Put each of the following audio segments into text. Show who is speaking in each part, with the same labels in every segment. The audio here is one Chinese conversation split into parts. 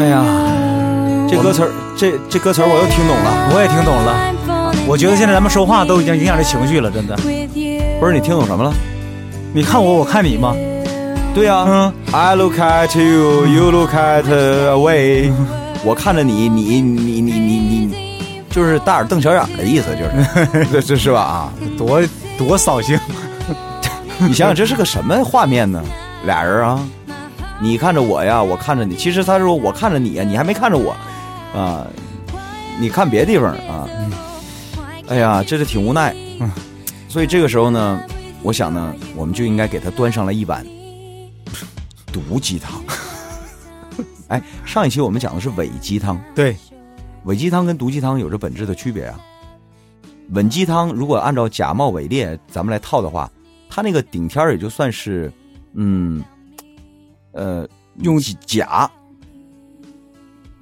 Speaker 1: 哎
Speaker 2: 这歌词儿，这这歌词儿我又听懂了。
Speaker 1: 我也听懂了。我觉得现在咱们说话都已经影响这情绪了，真的。
Speaker 2: 不是你听懂什么了？
Speaker 1: 你看我，我看你吗？
Speaker 2: 对呀、
Speaker 1: 嗯
Speaker 2: i look at you, you look at away。我看着你，你你你你你，就是大眼瞪小眼的意思， 就是这这是吧？啊，
Speaker 1: 多多扫兴。
Speaker 2: 你想想这是个什么画面呢？俩人啊，你看着我呀，我看着你。其实他说我看着你呀，你还没看着我，啊，你看别地方啊。哎呀，这是挺无奈。
Speaker 1: 嗯
Speaker 2: 所以这个时候呢，我想呢，我们就应该给他端上来一碗毒鸡汤。 哎，上一期我们讲的是伪鸡汤，
Speaker 1: 对，
Speaker 2: 伪鸡汤跟毒鸡汤有着本质的区别啊。伪鸡汤如果按照假冒伪劣咱们来套的话，它那个顶天儿也就算是，嗯，呃，
Speaker 1: 用
Speaker 2: 几假，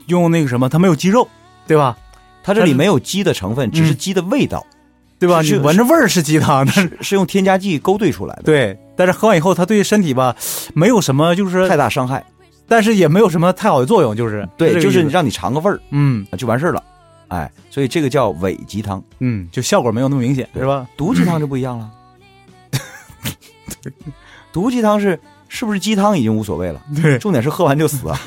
Speaker 1: 用那个什么，它没有肌肉，对吧？
Speaker 2: 它这里没有鸡的成
Speaker 1: 嗯
Speaker 2: 分，只是鸡的味道，
Speaker 1: 对吧？你
Speaker 2: 是
Speaker 1: 闻着味儿是鸡汤，但 是
Speaker 2: 是用添加剂勾兑出来的，
Speaker 1: 对，但是喝完以后，它对身体吧，没有什么就是
Speaker 2: 太，大伤害。
Speaker 1: 但是也没有什么太好的作用，就是
Speaker 2: 对，
Speaker 1: 这个
Speaker 2: 就是
Speaker 1: 意
Speaker 2: 你
Speaker 1: 思
Speaker 2: 让你尝个味儿啊
Speaker 1: 嗯
Speaker 2: 就完事儿了。哎，所以这个叫伪鸡汤，
Speaker 1: 嗯，就效果没有那么明显，
Speaker 2: 对
Speaker 1: 是吧？
Speaker 2: 毒鸡汤就不一 样了。毒鸡汤是是不是鸡汤已经无所谓了，
Speaker 1: 对，
Speaker 2: 重点是喝完就死啊，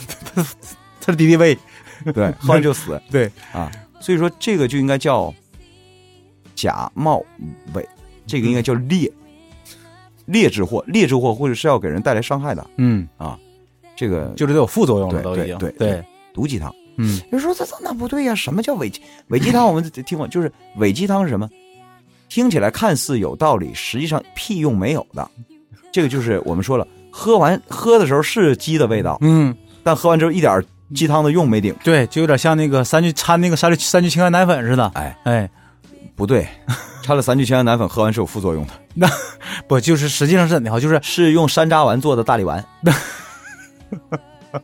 Speaker 1: 它是敌敌畏，
Speaker 2: 对，喝完就死，
Speaker 1: 对
Speaker 2: 啊，所以说这个就应该叫假冒伪，这个应该叫劣劣质货，劣质货或者是要给人带来伤害的，
Speaker 1: 嗯，
Speaker 2: 这个
Speaker 1: 就是都有副作用了，
Speaker 2: 对
Speaker 1: 都已经
Speaker 2: 对对
Speaker 1: 对，
Speaker 2: 毒鸡汤。
Speaker 1: 嗯，
Speaker 2: 有人说这这那不对呀、什么叫伪鸡伪鸡汤？我们听过，就是伪鸡汤是什么？听起来看似有道理，实际上屁用没有的。这个就是我们说了，喝完喝的时候是鸡的味道，
Speaker 1: 嗯，
Speaker 2: 但喝完之后一点鸡汤的用没顶。
Speaker 1: 对，就有点像那个三聚掺那个三聚三聚氰胺奶粉似的，
Speaker 2: 哎
Speaker 1: 哎，
Speaker 2: 不对，掺了三聚氰胺奶粉，喝完是有副作用的，
Speaker 1: 不就是实际上是怎的哈？就是
Speaker 2: 是用山楂丸做的大力丸。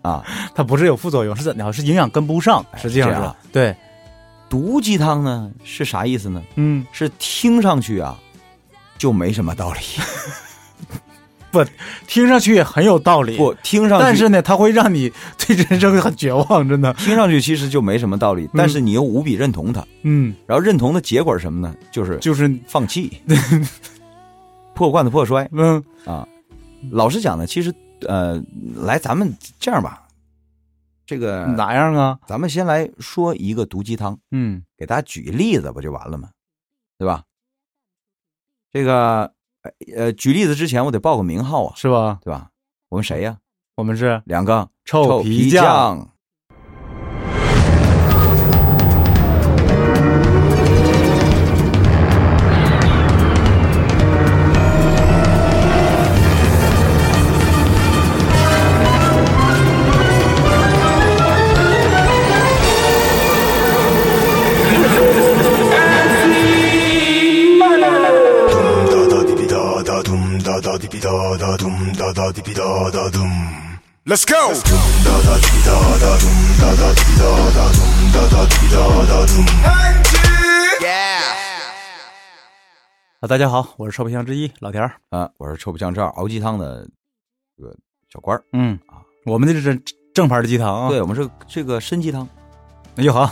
Speaker 2: 啊，
Speaker 1: 它不是有副作用，是怎的哈？是营养跟不上，实际上
Speaker 2: 这
Speaker 1: 哎是，
Speaker 2: 样啊
Speaker 1: 对，
Speaker 2: 毒鸡汤呢是啥意思呢？
Speaker 1: 嗯，
Speaker 2: 是听上去啊就没什么道理，
Speaker 1: 听上去也很有道 理，
Speaker 2: 不听上去，
Speaker 1: 但是呢，它会让你 对人生很绝望，真的，
Speaker 2: 听上去其实就没什么道理，但是你又无比认同它。
Speaker 1: 嗯，
Speaker 2: 然后认同的结果是什么呢？就是
Speaker 1: 就是
Speaker 2: 放 弃，破罐子破摔
Speaker 1: 嗯
Speaker 2: 啊。老实讲呢，其实呃，来咱们这样吧，这个
Speaker 1: 哪样啊？
Speaker 2: 咱们先来说一个毒鸡汤，
Speaker 1: 嗯
Speaker 2: 给大家举例子不就完了吗？对吧？这个呃呃，举例子之前我得报个名号啊，
Speaker 1: 是吧？
Speaker 2: 对吧？我们谁呀、
Speaker 1: 我们是
Speaker 2: 两个
Speaker 1: 臭
Speaker 2: 皮
Speaker 1: 皮匠，
Speaker 2: 匠。
Speaker 3: Dum da da di bi da da dum da da di bi da da dum da da di bi da da dum. Let's go. Dum da da di bi da da dum da da di bi da da dum da da di bi da da dum.
Speaker 1: 啊，大家好，我是臭皮匠之一老田儿。
Speaker 2: 啊，我是臭不酱照熬鸡汤的这个小官儿。
Speaker 1: 嗯我们这是正牌的鸡汤啊。
Speaker 2: 对，我们是这个参鸡汤，
Speaker 1: 哎呦好，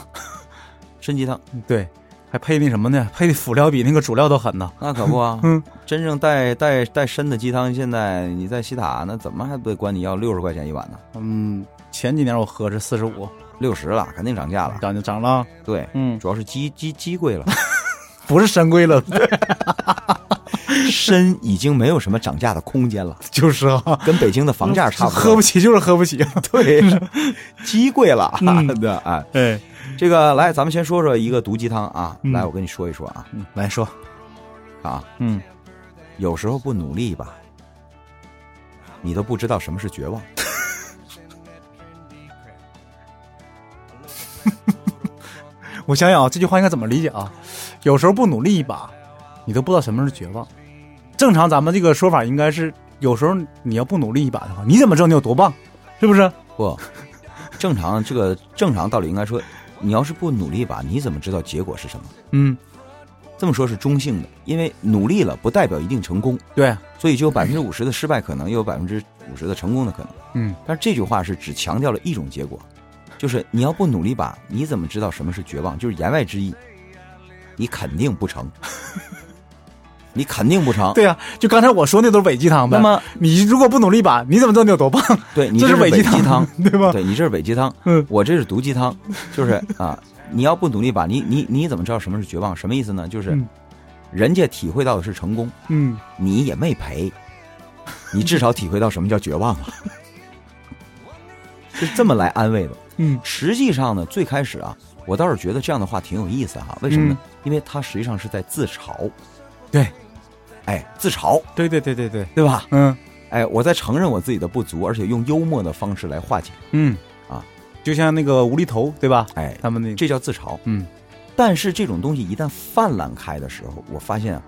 Speaker 2: 参鸡汤，
Speaker 1: 对，还配那什么呢？配的辅料比那个主料都狠呢。
Speaker 2: 那可不啊。
Speaker 1: 嗯，
Speaker 2: 真正带带带参的鸡汤，现在你在西塔那怎么还得管你要六十块钱一碗呢？
Speaker 1: 嗯，前几年我喝是四十五，
Speaker 2: 六十了，肯定涨价了。
Speaker 1: 涨就涨了。
Speaker 2: 对，
Speaker 1: 啊嗯，
Speaker 2: 主要是鸡鸡鸡贵 了，
Speaker 1: 不是神龟了，
Speaker 2: 参已经没有什么涨价的空间了，
Speaker 1: 就是啊，
Speaker 2: 跟北京的房价差不
Speaker 1: 喝
Speaker 2: 多
Speaker 1: 不。起 就是喝不起。
Speaker 2: 对，鸡贵了，
Speaker 1: 嗯
Speaker 2: 对啊。
Speaker 1: 哎，
Speaker 2: 这个来，咱们先说说一个毒鸡汤啊。
Speaker 1: 嗯
Speaker 2: 来，我跟你说一说啊
Speaker 1: 嗯来说，
Speaker 2: 啊。
Speaker 1: 嗯，
Speaker 2: 有时候不努力吧，你都不知道什么是绝望。
Speaker 1: 我想想啊，这句话应该怎么理解啊？有时候不努力一把，你都不知道什么是绝望。正常咱们这个说法应该是，有时候你要不努力一把的话，你怎么知道你有多棒？是不是？
Speaker 2: 不，正常这个正常道理应该说，你要是不努力吧，你怎么知道结果是什么？
Speaker 1: 嗯，
Speaker 2: 这么说是中性的，因为努力了不代表一定成功，
Speaker 1: 对，啊
Speaker 2: 所以就有百分之五十的失败可能，又有百分之五十的成功的可能。
Speaker 1: 嗯，
Speaker 2: 但是这句话是只强调了一种结果，就是你要不努力吧，你怎么知道什么是绝望？就是言外之意，你肯定 不成，你肯定不成。
Speaker 1: 对呀、啊就刚才我说那都是伪鸡汤呗。
Speaker 2: 那么
Speaker 1: 你如果不努力吧，你怎么知道你有多棒？
Speaker 2: 对你
Speaker 1: 这
Speaker 2: 是
Speaker 1: 伪
Speaker 2: 鸡
Speaker 1: 汤，
Speaker 2: 汤，
Speaker 1: 对吧？
Speaker 2: 对你这是伪鸡汤，
Speaker 1: 嗯
Speaker 2: 我这是毒鸡汤，就是啊，你要不努力吧，你你你怎么知道什么是绝望？什么意思呢？就是
Speaker 1: 嗯
Speaker 2: 人家体会到的是成功，
Speaker 1: 嗯，
Speaker 2: 你也没赔，你至少体会到什么叫绝望了，是这么来安慰的。
Speaker 1: 嗯，
Speaker 2: 实际上呢，最开始啊，我倒是觉得这样的话挺有意思哈、为什么呢？因为他实际上是在自嘲，
Speaker 1: 嗯对，
Speaker 2: 哎，自嘲，
Speaker 1: 对对对对对，
Speaker 2: 对吧？
Speaker 1: 嗯
Speaker 2: 哎，我在承认我自己的不足，而且用幽默的方式来化解，
Speaker 1: 嗯
Speaker 2: 啊，
Speaker 1: 就像那个无厘头，对吧？
Speaker 2: 哎，
Speaker 1: 他们那
Speaker 2: 这叫自嘲。
Speaker 1: 嗯
Speaker 2: 但是这种东西一旦泛滥开的时候，我发现啊，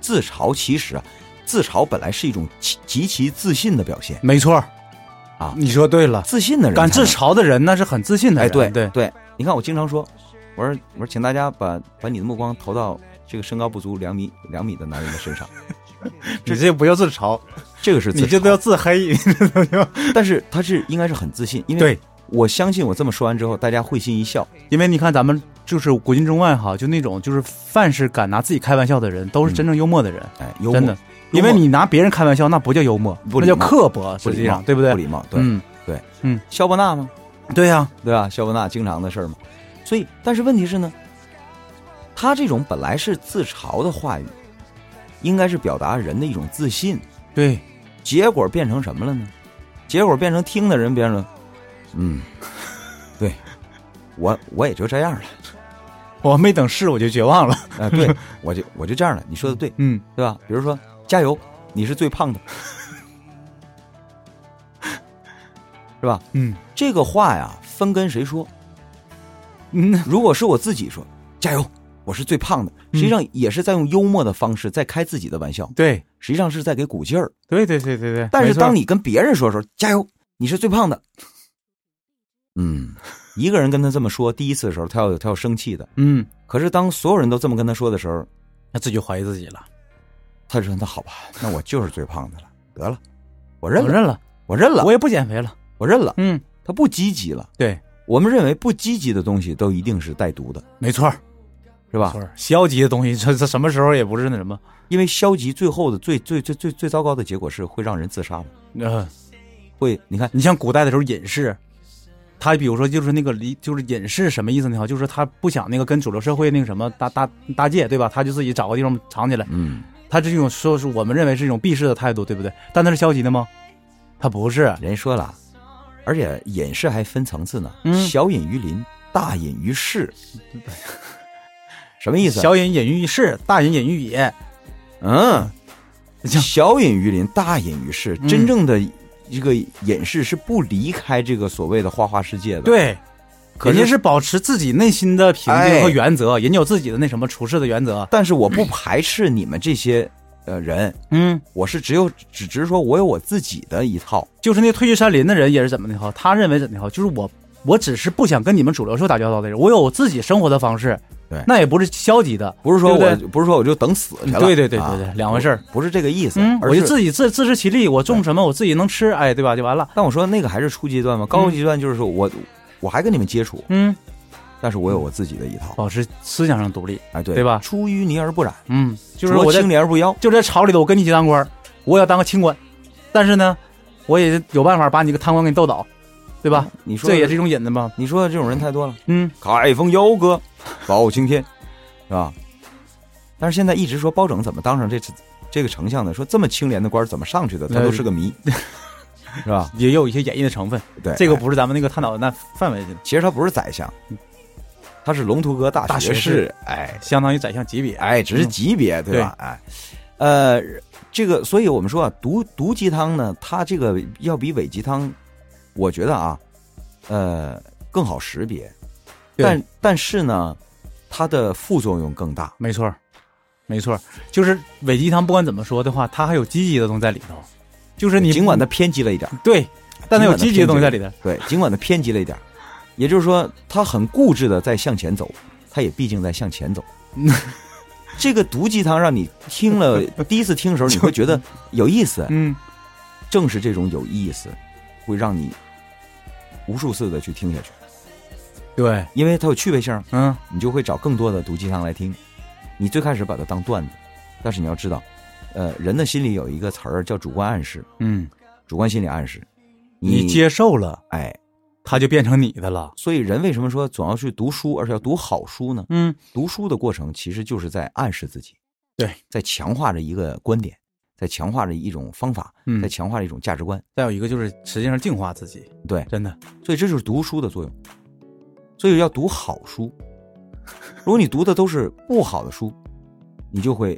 Speaker 2: 自嘲其实啊，自嘲本来是一种极极其自信的表现，
Speaker 1: 没错儿
Speaker 2: 啊
Speaker 1: 你说对了，
Speaker 2: 自信的人
Speaker 1: 敢
Speaker 2: 才
Speaker 1: 自
Speaker 2: 能
Speaker 1: 嘲的人那是很自信的
Speaker 2: 哎，
Speaker 1: 人，
Speaker 2: 对
Speaker 1: 对，
Speaker 2: 对，你看我经常说，我说我说，请大家把把你的目光投到这个身高不足两米两米的男人的身上，
Speaker 1: 你这不叫自嘲，
Speaker 2: 这个是自
Speaker 1: 你这
Speaker 2: 嘲
Speaker 1: 都叫自黑，
Speaker 2: 但是他是应该是很自信，因 为
Speaker 1: 对。
Speaker 2: 我相信我这么说完之后，大家会心一笑。
Speaker 1: 因为你看，咱们就是国今中外哈，就那种就是凡是敢拿自己开玩笑的人，都是真正幽默的人，
Speaker 2: 哎，幽默
Speaker 1: 真的。因为你拿别人开玩笑，那不叫幽默，
Speaker 2: 不
Speaker 1: 那
Speaker 2: 礼
Speaker 1: 叫
Speaker 2: 貌
Speaker 1: 刻薄，
Speaker 2: 不
Speaker 1: 实际
Speaker 2: 礼貌，
Speaker 1: 上对不对
Speaker 2: 不？礼貌，对。
Speaker 1: 嗯，
Speaker 2: 肖伯纳吗？
Speaker 1: 对啊呀、
Speaker 2: 对吧？肖伯纳经常的事儿嘛。所以，但是问题是呢，他这种本来是自嘲的话语，应该是表达人的一种自信，
Speaker 1: 对，
Speaker 2: 结果变成什么了呢？结果变成听的人变成，嗯， 对，我我也就这样了，
Speaker 1: 我哦没等试我就绝望了。
Speaker 2: 啊、对我就我就这样了。你说的对，
Speaker 1: 嗯，
Speaker 2: 对吧？比如说，加油，你是最胖的， 是吧？
Speaker 1: 嗯
Speaker 2: 这个话呀，分跟谁说？
Speaker 1: 嗯，
Speaker 2: 如果是我自己说，加油，我是最胖的，实际上也是在用幽默的方式在开自己的玩笑，
Speaker 1: 对
Speaker 2: 实际上是在给鼓劲儿。
Speaker 1: 对对对对对。
Speaker 2: 但是当
Speaker 1: 你
Speaker 2: 你跟别人说的时候，加油，你是最胖的，嗯，一个人跟他这么说，第一次的时候，他要他要生气的。
Speaker 1: 嗯，
Speaker 2: 可是当所有人都这么跟他说的时候，
Speaker 1: 那自己怀疑自己了，
Speaker 2: 他就说：“那好吧，那我就是最胖的了，得了，我认
Speaker 1: 我
Speaker 2: 了，
Speaker 1: 认了，
Speaker 2: 我认了，
Speaker 1: 我也不减肥了。
Speaker 2: 我认了。
Speaker 1: 嗯，”
Speaker 2: 他不积极了。
Speaker 1: 对，
Speaker 2: 我们认为不积极的东西都一定是带毒的，
Speaker 1: 没错儿，
Speaker 2: 是
Speaker 1: 没
Speaker 2: 吧
Speaker 1: 错？儿。消极的东西，这这什么时候也不是那什么。
Speaker 2: 因为消极最后的最最最最最糟糕的结果是会让人自杀嘛
Speaker 1: 呃，
Speaker 2: 会，你看，
Speaker 1: 你像古代的时候隐士，他比如说就是那个离，就是隐士什么意思呢？就是他不想那个跟主流社会那个什么搭搭搭界，对吧？他就自己找个地方藏起来。
Speaker 2: 嗯，
Speaker 1: 他这种说是我们认为是一种避世的态度，对不对？但他是消极的吗？他不是。
Speaker 2: 人家说了，而且隐士还分层次呢，
Speaker 1: 嗯
Speaker 2: 小隐于林，大隐于市， 什么意思？
Speaker 1: 小隐隐于市，大隐隐于野。
Speaker 2: 嗯，
Speaker 1: 行
Speaker 2: 小隐于林，大隐于市，
Speaker 1: 嗯
Speaker 2: 真正的这个隐士是不离开这个所谓的花花世界的，，
Speaker 1: 对，
Speaker 2: 可
Speaker 1: 人家
Speaker 2: 是。
Speaker 1: 是保持自己内心的平
Speaker 2: 哎
Speaker 1: 静和原则，人家有自己的那什么处事的原则。
Speaker 2: 但是我不排斥你们这些呃人，
Speaker 1: 嗯，
Speaker 2: 我是只有只只是说我有我自己的一套，
Speaker 1: 就是那退居山林的人也是怎么的哈，他认为怎么的哈，就是我我只是不想跟你们主流社会打交道的人，我有我自己生活的方式，
Speaker 2: 对
Speaker 1: 那也不是消极的，
Speaker 2: 不是说
Speaker 1: 对
Speaker 2: 我
Speaker 1: 不对
Speaker 2: 不是说我就等死去了，
Speaker 1: 对对对
Speaker 2: 啊
Speaker 1: 对对两回事儿，
Speaker 2: 不不是这个意思，
Speaker 1: 嗯，
Speaker 2: 而
Speaker 1: 我就是自己自自食其力，我种什么我自己能吃，哎，对吧？就完了，
Speaker 2: 但我说那个还是初阶段嘛，高阶段就是说我、我还跟你们接触，
Speaker 1: 嗯，
Speaker 2: 但是我有我自己的一套，
Speaker 1: 保持思想上独立，
Speaker 2: 哎对
Speaker 1: 对吧
Speaker 2: 出淤泥而不染，
Speaker 1: 嗯，就是
Speaker 2: 濯
Speaker 1: 我在
Speaker 2: 清涟而不妖，
Speaker 1: 就是在朝里头，我跟你一起当官儿，我要当个清官，但是呢，我也有办法把你个贪官给你斗倒，对吧？
Speaker 2: 你说
Speaker 1: 这也是一种引子嘛，
Speaker 2: 嗯你说的这种人太多了，
Speaker 1: 嗯，
Speaker 2: 开封姚哥包青天，是吧？但是现在一直说包拯怎么当上这次这个丞相的，说这么清廉的官儿怎么上去的，他
Speaker 1: 呃
Speaker 2: 都是 个谜，是吧？
Speaker 1: 也有一些演绎的成分，
Speaker 2: 对，
Speaker 1: 这个
Speaker 2: 哎
Speaker 1: 不是咱们那个探讨的那范围的，
Speaker 2: 其实他不是宰相，他是龙图阁大
Speaker 1: 大学
Speaker 2: 士
Speaker 1: 士，
Speaker 2: 哎
Speaker 1: 相当于宰相级别，
Speaker 2: 哎，只是
Speaker 1: 嗯
Speaker 2: 级别对吧？哎，呃，这个，所以我们说啊，毒毒鸡汤呢，它这个要比伪鸡汤，我觉得啊，呃，更好识别，
Speaker 1: 对
Speaker 2: 但但是呢，它的副作用更大。
Speaker 1: 没错儿，没错儿，就是伪鸡汤，不管怎么说的话，它还有积极的东西在里头，就是你
Speaker 2: 尽管它偏激了一点儿，
Speaker 1: 对，但它有积极的东西在
Speaker 2: 尽管它
Speaker 1: 里
Speaker 2: 偏激了一点
Speaker 1: 头。
Speaker 2: 对，尽管它偏激了一点儿，也就是说，它很固执的在向前走，它也毕竟在向前走。这个毒鸡汤让你 听了第一次听的时候，你会觉得有意思，
Speaker 1: 嗯，
Speaker 2: 正是这种有意思，会让你无数次的去听下去。
Speaker 1: 对，
Speaker 2: 因为它有趣味性，
Speaker 1: 嗯，
Speaker 2: 你就会找更多的毒鸡汤来听。你最开始把它当段子，但是你要知道，呃，人的心里有一个词儿叫主观暗示，
Speaker 1: 嗯，
Speaker 2: 主观心理暗示。
Speaker 1: 你接受了，
Speaker 2: 哎，
Speaker 1: 它就变成你的了。
Speaker 2: 所以人为什么说总要去读书，而且要读好书呢？
Speaker 1: 嗯，
Speaker 2: 读书的过程其实就是在暗示自己，
Speaker 1: 对，
Speaker 2: 在强化着一个观点，在强化着一种方法，
Speaker 1: 嗯
Speaker 2: 在强化着一种价值观。
Speaker 1: 再有一个就是实际上净化自己，
Speaker 2: 对，
Speaker 1: 真的，
Speaker 2: 所以这就是读书的作用。所以要读好书，如果你读的都是不好的书，你就会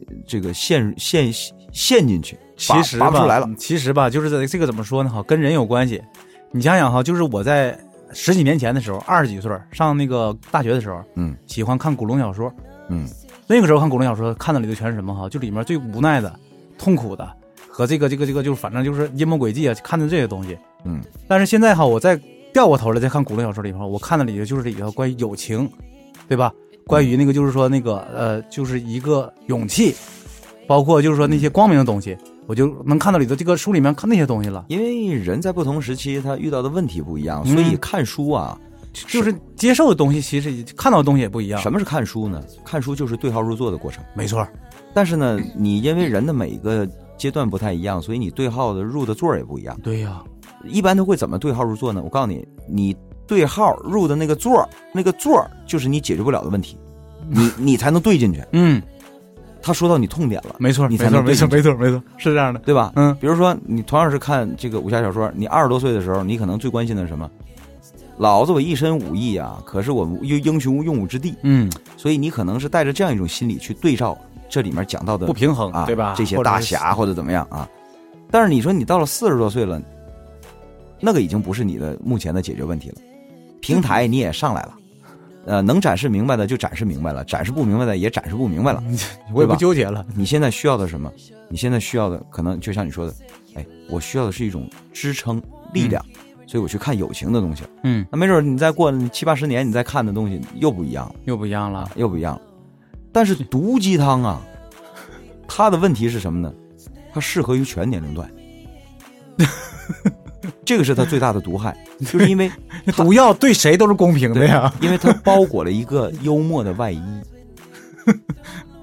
Speaker 2: 呃这个陷陷陷进去，拔
Speaker 1: 其实
Speaker 2: 拔
Speaker 1: 吧，
Speaker 2: 不出来了。
Speaker 1: 其实吧，就是这这个怎么说呢？哈，跟人有关系。你想想哈，就是我在十几年前的时候，二十几岁儿上那个大学的时候，
Speaker 2: 嗯
Speaker 1: 喜欢看古龙小说。
Speaker 2: 嗯，
Speaker 1: 那个时候看古龙小说，看的里头全是什么哈？就里面最无奈的、痛苦的和这个这个这个，就是反正就是阴谋诡计啊，看的这些东西。
Speaker 2: 嗯，
Speaker 1: 但是现在哈，我再掉过头来再看古龙小说里头，我看的里头就是里头关于友情，对吧？关
Speaker 2: 嗯
Speaker 1: 于那个就是说那个呃，就是一个勇气，包括就是说那
Speaker 2: 嗯
Speaker 1: 些光明的东西，我就能看到里头这个书里面看那些东西了，
Speaker 2: 因为人在不同时期他遇到的问题不一样，
Speaker 1: 嗯
Speaker 2: 所以看书啊，
Speaker 1: 就是接受的东西，其实看到的东西也不一样。
Speaker 2: 什么是看书呢？看书就是对号入座的过程。
Speaker 1: 没错，
Speaker 2: 但是呢，你因为人的每一个阶段不太一样，所以你对号的入的座儿也不一样。
Speaker 1: 对呀、
Speaker 2: 一般都会怎么对号入座呢？我告诉你，你对号入的那个座儿，那个座儿就是你解决不了的问 题，你你才能对进去。
Speaker 1: 嗯，
Speaker 2: 他说到你痛点了，
Speaker 1: 没错，
Speaker 2: 你
Speaker 1: 没
Speaker 2: 才
Speaker 1: 错，
Speaker 2: 能
Speaker 1: 没错，
Speaker 2: 对
Speaker 1: 没错，没错，是这样的。
Speaker 2: 对吧？
Speaker 1: 嗯，
Speaker 2: 比如说，你同样是看这个武侠小说，你二十多岁的时候，你可能最关心的是什么？老子我一身武艺啊，可是我英英雄用武之地，
Speaker 1: 嗯，
Speaker 2: 所以你可能是带着这样一种心理去对照这里面讲到的
Speaker 1: 不平衡，
Speaker 2: 啊，
Speaker 1: 对吧？
Speaker 2: 这些
Speaker 1: 或者
Speaker 2: 大
Speaker 1: 是
Speaker 2: 侠或者怎么样啊？但是你说你到了四十多岁了，那个已经不是你的目前的解决问题了。平台你也上来了，呃，能展示明白的就展示明白了，展示不明白的也展示不明白了。
Speaker 1: 我也
Speaker 2: 对
Speaker 1: 不
Speaker 2: 吧
Speaker 1: 纠结了。
Speaker 2: 你现在需要的是什么？你现在需要的可能就像你说的，哎，我需要的是一种支撑力量，所以我去看友情的东西了。
Speaker 1: 嗯，
Speaker 2: 那没准儿你再过七八十年，你再看的东西又不一样了。
Speaker 1: 又不一样 了。
Speaker 2: 又不一样了。但是毒鸡汤啊，它的问题是什么呢？它适合于全年龄段，这个是它最大的毒害，就是因为
Speaker 1: 那毒药对谁都是公平的呀。
Speaker 2: 因为它包裹了一个幽默的外衣，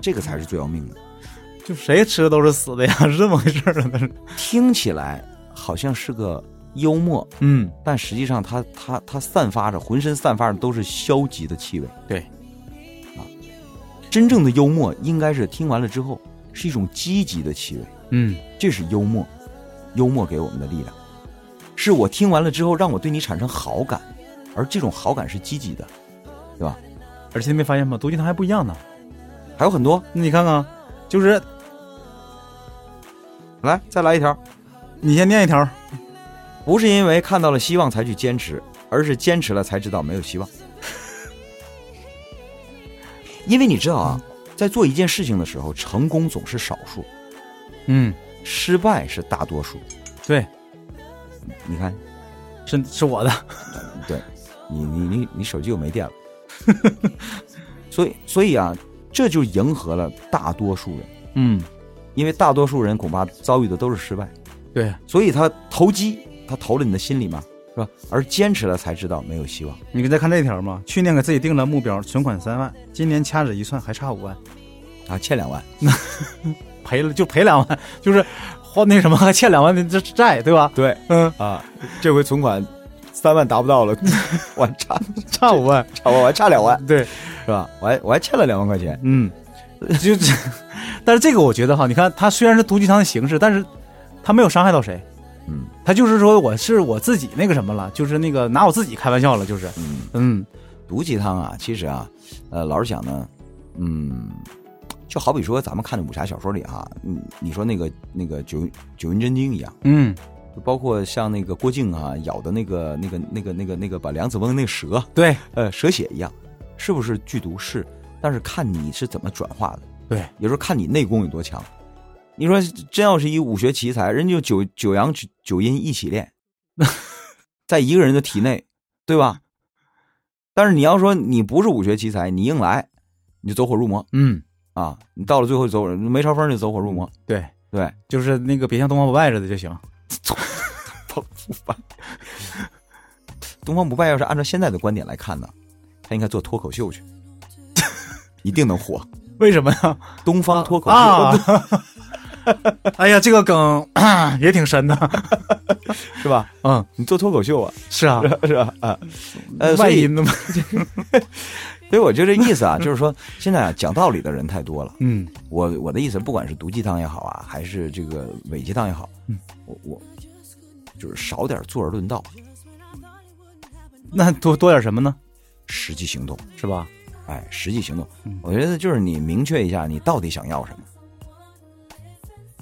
Speaker 2: 这个才是最要命的。
Speaker 1: 就谁吃的都是死的呀， 是这么回事儿啊？那是，
Speaker 2: 听起来好像是个幽默，
Speaker 1: 嗯，
Speaker 2: 但实际上它它它散发着浑身散发着都是消极的气味。啊
Speaker 1: 对，
Speaker 2: 真正的幽默应该是听完了之后是一种积极的气味。
Speaker 1: 嗯，
Speaker 2: 这是幽默，幽默给我们的力量，是我听完了之后让我对你产生好感，而这种好感是积极的，对吧？
Speaker 1: 而且你没发现吗？毒鸡汤还不一样呢。
Speaker 2: 还有很多，
Speaker 1: 那你看看，就是
Speaker 2: 来再来一条，
Speaker 1: 你先念一条，
Speaker 2: 不是因为看到了希望才去坚持，而是坚持了才知道没有希望。因为你知道啊，在做一件事情的时候，成功总是少数，
Speaker 1: 嗯，
Speaker 2: 失败是大多数。
Speaker 1: 对，
Speaker 2: 你看，
Speaker 1: 是是我的，
Speaker 2: 对，你你你你手机又没电了， 所以所以啊，这就迎合了大多数人，
Speaker 1: 嗯，
Speaker 2: 因为大多数人恐怕遭遇的都是失败，
Speaker 1: 对
Speaker 2: 所以他投机，他投了你的心里嘛，是吧？而坚持了才知道没有希望。
Speaker 1: 你再看这条嘛，去年给自己定了目标，存款三万，今年掐指一算还差五万，
Speaker 2: 啊，欠两万，
Speaker 1: 赔了就赔两万，就是花那什么还欠两万的这债，对吧？
Speaker 2: 对
Speaker 1: 嗯，
Speaker 2: 啊，这回存款三万达不到了， 我还差
Speaker 1: 差五万，
Speaker 2: 差我还差两万
Speaker 1: 对，
Speaker 2: 是吧？ 我还我还欠了两万块钱，
Speaker 1: 嗯，就这， 但是这个我觉得哈，你看它虽然是毒鸡汤的形式，但是它没有伤害到谁，
Speaker 2: 嗯
Speaker 1: 他就是说我是我自己那个什么了，就是那个拿我自己开玩笑了，就是
Speaker 2: 嗯。
Speaker 1: 嗯
Speaker 2: 毒鸡汤啊，其实啊，呃，老实讲呢，嗯，就好比说咱们看的武侠小说里哈、嗯，你说那个那个九九阴真经一样，
Speaker 1: 嗯，
Speaker 2: 就包括像那个郭靖啊咬的那个那个那个那个那个把梁子翁那个蛇，
Speaker 1: 对
Speaker 2: 呃，蛇血一样，是不是剧毒是？但是看你是怎么转化的，
Speaker 1: 对，
Speaker 2: 也就是看你内功有多强。你说真要是一武学奇才，人家就九九阳九九阴一 起练，在一个人的体内，对吧？但是你要说你不是武学奇才，你硬来，你就走火入魔
Speaker 1: 嗯
Speaker 2: 啊！你到了最后走火梅超风就走火入魔，
Speaker 1: 对，
Speaker 2: 对，
Speaker 1: 就是那个别像东方不败似的就行。
Speaker 2: 不不东方不败要是按照现在的观点来看呢，他应该做脱口秀去， 一定能火。
Speaker 1: 为什么呀？
Speaker 2: 东方脱口秀，
Speaker 1: 啊， 哎呀，这个梗 也挺深的。
Speaker 2: 是吧？
Speaker 1: 嗯，
Speaker 2: 你做脱口秀啊，
Speaker 1: 是 啊，
Speaker 2: 是吧？啊，呃，所
Speaker 1: 外
Speaker 2: 以
Speaker 1: 音的嘛。
Speaker 2: 所以我就这意思啊，就是说现在啊讲道理的人太多了。
Speaker 1: 嗯
Speaker 2: 我我的意思，不管是毒鸡汤也好啊，还是这个伪鸡汤也好，
Speaker 1: 嗯，
Speaker 2: 我我就是少点坐而论道，
Speaker 1: 那多多点什么呢？
Speaker 2: 实际行动。
Speaker 1: 是吧？
Speaker 2: 哎，实际行动
Speaker 1: 嗯，
Speaker 2: 我觉得就是你明确一下你到底想要什么。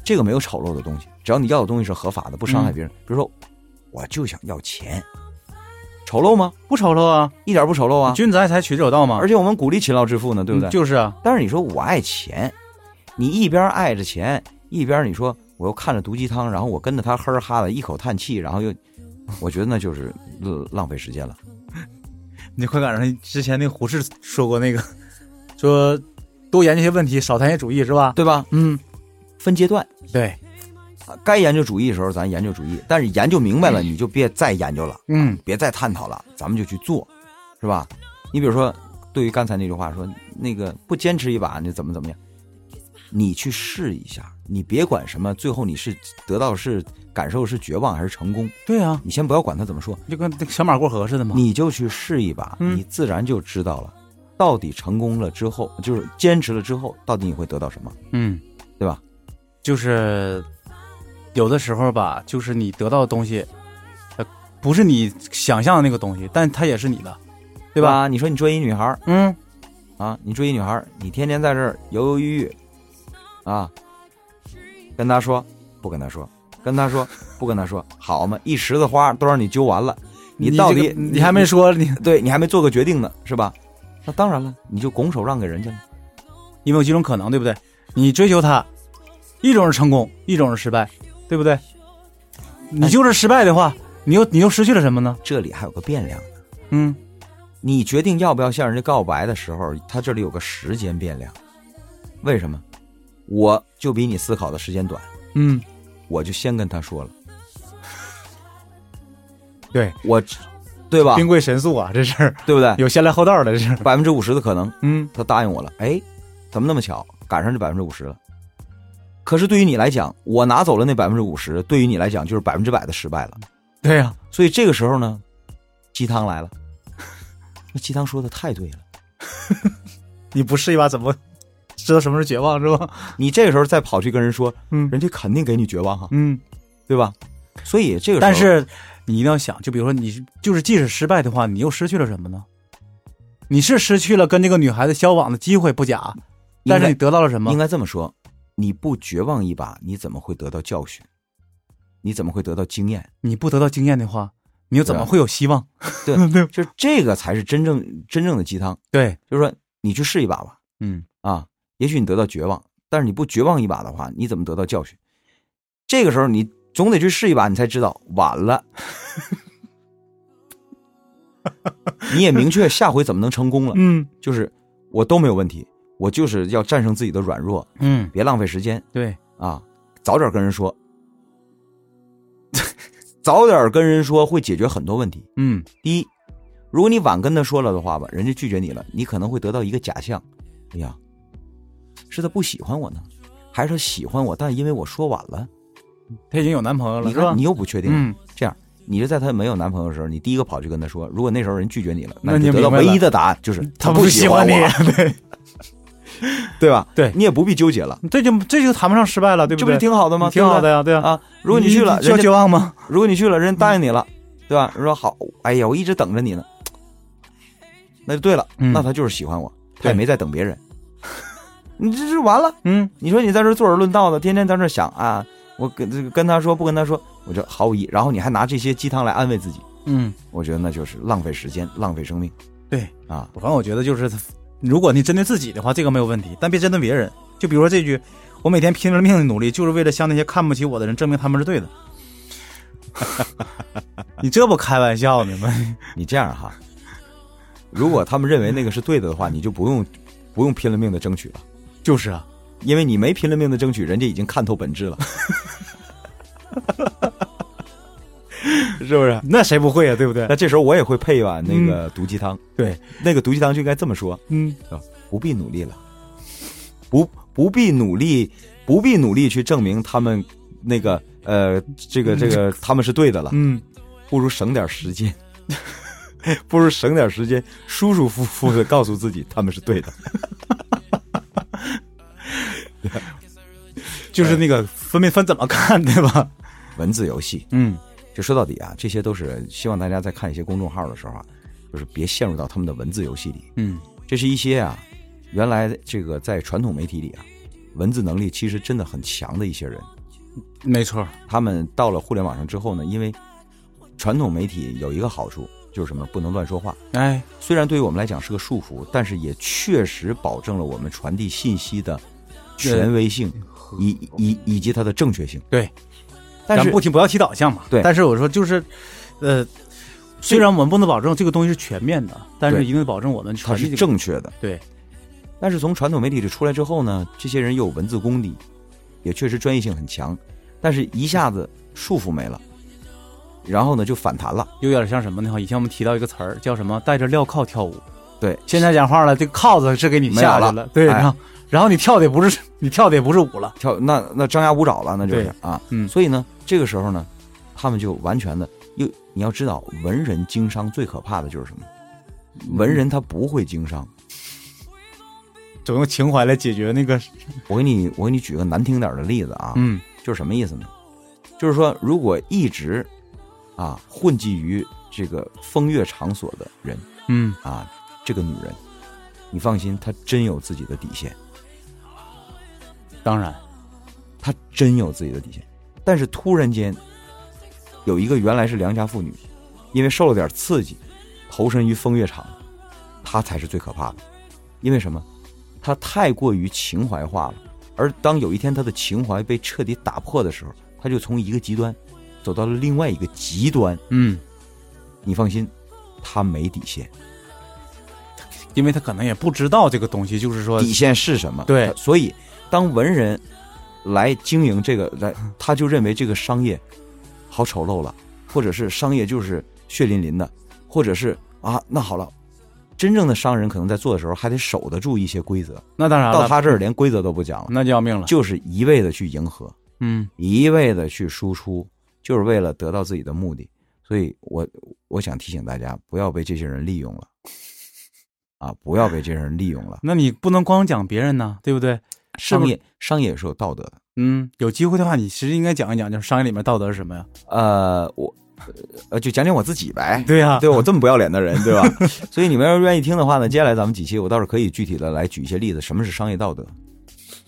Speaker 2: 这个没有丑陋的东西，只要你要的东西是合法的，不
Speaker 1: 嗯
Speaker 2: 伤害别人。比如说，我就想要钱，丑陋吗？
Speaker 1: 不瞅瞅啊，
Speaker 2: 一点不丑陋啊！
Speaker 1: 君子爱财，取之有道嘛。
Speaker 2: 而且我们鼓励勤劳致富呢，对不对？
Speaker 1: 嗯就是啊，
Speaker 2: 但是你说我爱钱，你一边爱着钱，一边你说我又看着毒鸡汤，然后我跟着他呵儿哈的一口叹气，然后又，我觉得那就是浪浪费时间了。
Speaker 1: 你快赶上之前那胡适说过那个， 说多研究一些问题，少谈些主义，是吧？
Speaker 2: 对吧？
Speaker 1: 嗯，
Speaker 2: 分阶段，
Speaker 1: 对，
Speaker 2: 啊该研究主义的时候咱研究主义，但是研究明白了你就别再研究了，
Speaker 1: 嗯
Speaker 2: 别再探讨了，咱们就去做，是吧？你比如说，对于刚才那句话说那个不坚持一把，你怎么怎么样？你去试一下，你别管什么，最后你是得到是感受是绝望还是成功，
Speaker 1: 对啊，
Speaker 2: 你先不要管他怎么说，
Speaker 1: 就跟那个小马过河似的嘛。
Speaker 2: 你就去试一把，
Speaker 1: 嗯
Speaker 2: 你自然就知道了，到底成功了之后，就是坚持了之后，到底你会得到什么？
Speaker 1: 嗯，
Speaker 2: 对吧？
Speaker 1: 就是有的时候吧，就是你得到的东西，呃，不是你想象的那个东西，但它也是你的，对
Speaker 2: 对
Speaker 1: 吧？
Speaker 2: 吧？你说你追一女孩儿
Speaker 1: 嗯，
Speaker 2: 啊，你追一女孩儿，你天天在这儿犹犹豫豫，啊，跟她说不跟她说，跟她说不跟她说，好嘛，一池子花都让你揪完了，
Speaker 1: 这
Speaker 2: 到
Speaker 1: 个
Speaker 2: 底
Speaker 1: 你还没说你，
Speaker 2: 对你还没做个决定呢，是吧？那当然了，你就拱手让给人家了。
Speaker 1: 因为有几种可能，对不对？你追求它，一种是成功，一种是失败，对不对？你就是失败的话，你又你又失去了什么呢？
Speaker 2: 这里还有个变量。
Speaker 1: 嗯，
Speaker 2: 你决定要不要向人家告白的时候，他这里有个时间变量。为什么？我就比你思考的时间短，
Speaker 1: 嗯，
Speaker 2: 我就先跟他说了，
Speaker 1: 对，
Speaker 2: 我，对吧？
Speaker 1: 兵贵神速啊，这事儿
Speaker 2: 对不对？
Speaker 1: 有先来后到的，这是，
Speaker 2: 百分之五十的可能，
Speaker 1: 嗯，
Speaker 2: 他答应我了。哎，怎么那么巧，赶上这百分之五十了？可是对于你来讲，我拿走了那百分之五十，对于你来讲就是百分之百的失败了。
Speaker 1: 对呀、
Speaker 2: 所以这个时候呢，鸡汤来了。 那鸡汤说的太对了，
Speaker 1: 你不试一把怎么知道什么是绝望是吧？
Speaker 2: 你这个时候再跑去跟人说，
Speaker 1: 嗯
Speaker 2: 人家肯定给你绝望哈、
Speaker 1: 嗯，
Speaker 2: 对吧？所以这个时候，
Speaker 1: 但是你一定要想，就比如说你就是即使失败的话，你又失去了什么呢？你是失去了跟这个女孩子交往的机会不假，但是你得到了什么
Speaker 2: 应？该这么说，你不绝望一把，你怎么会得到教训？你怎么会得到经验？
Speaker 1: 你不得到经验的话，你又怎么会有希望？
Speaker 2: 对
Speaker 1: 对
Speaker 2: 就这个才是真正真正的鸡汤，
Speaker 1: 对，
Speaker 2: 就是说你去试一把吧，
Speaker 1: 嗯
Speaker 2: 啊，也许你得到绝望，但是你不绝望一把的话，你怎么得到教训？这个时候你总得去试一把，你才知道晚了。你也明确下回怎么能成功了，
Speaker 1: 嗯
Speaker 2: 就是我都没有问题，我就是要战胜自己的软弱，
Speaker 1: 嗯，
Speaker 2: 别浪费时间，
Speaker 1: 对，
Speaker 2: 啊，早点跟人说， 早点跟人说会解决很多问题。
Speaker 1: 嗯
Speaker 2: 第一，如果你晚跟他说了的话吧，人家拒绝你了，你可能会得到一个假象，哎呀，是他不喜欢我呢，还是他喜欢我，但因为我说晚了，
Speaker 1: 她已经有男朋友了，
Speaker 2: 你
Speaker 1: 是吧
Speaker 2: 看你？又不确定。
Speaker 1: 嗯，
Speaker 2: 这样，你就在他没有男朋友的时候，你第一个跑去跟他说，如果那时候人拒绝你了，
Speaker 1: 那
Speaker 2: 你
Speaker 1: 你
Speaker 2: 就得
Speaker 1: 明
Speaker 2: 到
Speaker 1: 白
Speaker 2: 唯
Speaker 1: 了
Speaker 2: 一的答案就是
Speaker 1: 她
Speaker 2: 不
Speaker 1: 喜
Speaker 2: 欢
Speaker 1: 欢你
Speaker 2: 我，，
Speaker 1: 对，
Speaker 2: 对吧？
Speaker 1: 对
Speaker 2: 你也不必纠结了，
Speaker 1: 这就这就谈不上失败了，对
Speaker 2: 这
Speaker 1: 不对？
Speaker 2: 不是挺好的吗？
Speaker 1: 挺好的呀，对
Speaker 2: 对不对
Speaker 1: 啊。
Speaker 2: 啊！如果你去了，
Speaker 1: 就
Speaker 2: 人家
Speaker 1: 绝望吗？
Speaker 2: 如果你去了，人家答应你了，对吧？人说好，哎呀，我一直等着你呢，那就对了，
Speaker 1: 嗯
Speaker 2: 那他就是喜欢我，他
Speaker 1: 对
Speaker 2: 也没在等别人。 你这就完了，
Speaker 1: 嗯，
Speaker 2: 你说你在这儿坐着论道的，天天在这儿想啊，我跟这个跟他说不跟他说，我这毫无意义。然后你还拿这些鸡汤来安慰自己，
Speaker 1: 嗯，
Speaker 2: 我觉得那就是浪费时间，浪费生命
Speaker 1: 对，
Speaker 2: 啊！
Speaker 1: 反正我觉得就是，如果你针对自己的话，这个没有问题，但别针对别人。就比如说这句：“我每天拼了命的努力，就是为了向那些看不起我的人证明他们是对的。” 你这不开玩笑呢吗？
Speaker 2: 你这 样哈，如果他们认为那个是对的的话，你就不用不用拼了命的争取了，
Speaker 1: 就是啊，
Speaker 2: 因为你没拼了命的争取，人家已经看透本质了。是不是？
Speaker 1: 那谁不会呀、啊对不对？
Speaker 2: 那这时候我也会配一碗那个毒鸡汤，
Speaker 1: 嗯对，
Speaker 2: 那个毒鸡汤就应该这么说：
Speaker 1: 嗯，
Speaker 2: 不必努力了，不不必努力，不必努力去证明他们那个呃，这个这个他们是对的了，
Speaker 1: 嗯，
Speaker 2: 不如省点时间， 不如省点时间，舒舒服服的告诉自己他们是对的。
Speaker 1: 就是那个分没分怎么看，对吧？
Speaker 2: 文字游戏，
Speaker 1: 嗯，
Speaker 2: 就说到底啊，这些都是希望大家在看一些公众号的时候啊，就是别陷入到他们的文字游戏里。
Speaker 1: 嗯，
Speaker 2: 这是一些啊，原来这个在传统媒体里啊，文字能力其实真的很强的一些人，
Speaker 1: 没错，
Speaker 2: 他们到了互联网上之后呢，因为传统媒体有一个好处就是什么，不能乱说话。
Speaker 1: 哎，
Speaker 2: 虽然对于我们来讲是个束缚，但是也确实保证了我们传递信息的权威性，以以以及它的正确性。
Speaker 1: 对，
Speaker 2: 但
Speaker 1: 咱
Speaker 2: 是
Speaker 1: 不提不要提导向嘛。
Speaker 2: 对
Speaker 1: 但是我说就是，呃，虽然我们不能保证这个东西是全面的，但是
Speaker 2: 对
Speaker 1: 一定保证我们
Speaker 2: 它
Speaker 1: 传递
Speaker 2: 是
Speaker 1: 这个
Speaker 2: 正确的。
Speaker 1: 对，
Speaker 2: 但是从传统媒体里出来之后呢，这些人又有文字功底，也确实专业性很强，但是一下子束缚没了，然后呢就反弹了。
Speaker 1: 有点像什么呢？哈以前我们提到一个词儿叫什么？带着镣铐跳舞。
Speaker 2: 对，
Speaker 1: 现在讲话了，这个铐子是给你下来
Speaker 2: 没有了
Speaker 1: 对，
Speaker 2: 哎
Speaker 1: 然后然后你跳的也不是 你跳的也不是舞了，
Speaker 2: 跳那那张牙舞爪了，那就是
Speaker 1: 对
Speaker 2: 啊，
Speaker 1: 嗯
Speaker 2: 所以呢，这个时候呢，他们就完全的又你要知道，文人经商最可怕的就是什么？文人他不会经商。
Speaker 1: 总用情怀来解决那个，
Speaker 2: 我给你我给你举个难听点的例子啊，
Speaker 1: 嗯，
Speaker 2: 就是什么意思呢？就是说，如果一直啊混迹于这个风月场所的人
Speaker 1: 嗯，
Speaker 2: 啊，这个女人，你放心，她真有自己的底线，
Speaker 1: 当然，
Speaker 2: 她真有自己的底线。但是突然间，有一个原来是良家妇女，因为受了点刺激，投身于风月场，她才是最可怕的。因为什么？她太过于情怀化了。而当有一天她的情怀被彻底打破的时候，她就从一个极端走到了另外一个极端。
Speaker 1: 嗯，
Speaker 2: 你放心，她没底线。
Speaker 1: 因为他可能也不知道这个东西，就是说，
Speaker 2: 底线是什么？
Speaker 1: 呃对
Speaker 2: 他所以当文人来经营这个， 来他就认为这个商业好丑陋了，或者是商业就是血淋淋的，或者是啊，那好了。真正的商人可能在做的时候还得守得住一些规则，
Speaker 1: 啊那当然了，
Speaker 2: 到他这儿连规则都不讲了，
Speaker 1: 那就要命了，
Speaker 2: 就是一味的去迎合，
Speaker 1: 嗯，
Speaker 2: 一味的去输出，就是为了得到自己的目的。所以我我想提醒大家，不要被这些人利用了，啊，不要被这些人利用了。
Speaker 1: 那你不能光讲别人呐，对不对？是不
Speaker 2: 商
Speaker 1: 是
Speaker 2: 业商业也是有道德的。
Speaker 1: 嗯，有机会的话，你其实应该讲一讲，就是商业里面道德是什么呀？
Speaker 2: 呃，我呃就讲讲我自己呗。
Speaker 1: 对呀、
Speaker 2: 对啊我这么不要脸的人，对吧？ 所以你们要是愿意听的话呢，接下来咱们几期我倒是可以具体的来举一些例子，什么是商业道德？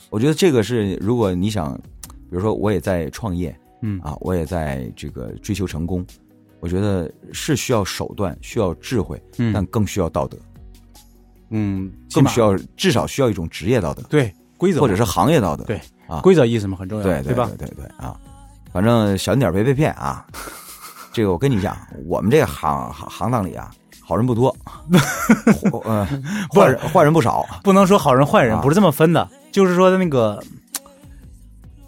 Speaker 2: 我觉得这个是，如果你想，比如说我也在创业
Speaker 1: 嗯
Speaker 2: 啊，我也在这个追求成功，我觉得是需要手段，需要智慧，但
Speaker 1: 嗯
Speaker 2: 更需要道德，
Speaker 1: 嗯，起
Speaker 2: 更
Speaker 1: 码
Speaker 2: 需要至少需要一种职业道德，
Speaker 1: 对规则嘛，
Speaker 2: 或者是行业道德。
Speaker 1: 对
Speaker 2: 啊
Speaker 1: 规则意识嘛，很重要，
Speaker 2: 对
Speaker 1: 对吧？
Speaker 2: 对对对啊，反正小心点儿别被 骗啊。这个我跟你讲，我们这个行行行当里啊，好人 不多，坏呃，坏人坏人不少。
Speaker 1: 不能说好人坏人
Speaker 2: 啊
Speaker 1: 不是这么分的，就是说那个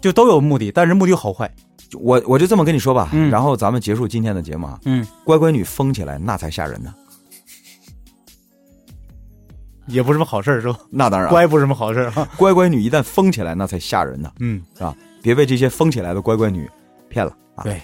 Speaker 1: 就都有目的，但是目的有好坏。
Speaker 2: 我我就这么跟你说吧，
Speaker 1: 嗯
Speaker 2: 然后咱们结束今天的节目啊。
Speaker 1: 嗯，
Speaker 2: 乖乖女疯起来那才吓人呢，
Speaker 1: 也不是什么好事儿，是吧？
Speaker 2: 那当然，啊
Speaker 1: 乖不是什么好事儿啊。
Speaker 2: 乖乖女一旦疯起来那才吓人呢，
Speaker 1: 嗯，
Speaker 2: 是吧？别被这些疯起来的乖乖女骗了啊。
Speaker 1: 对，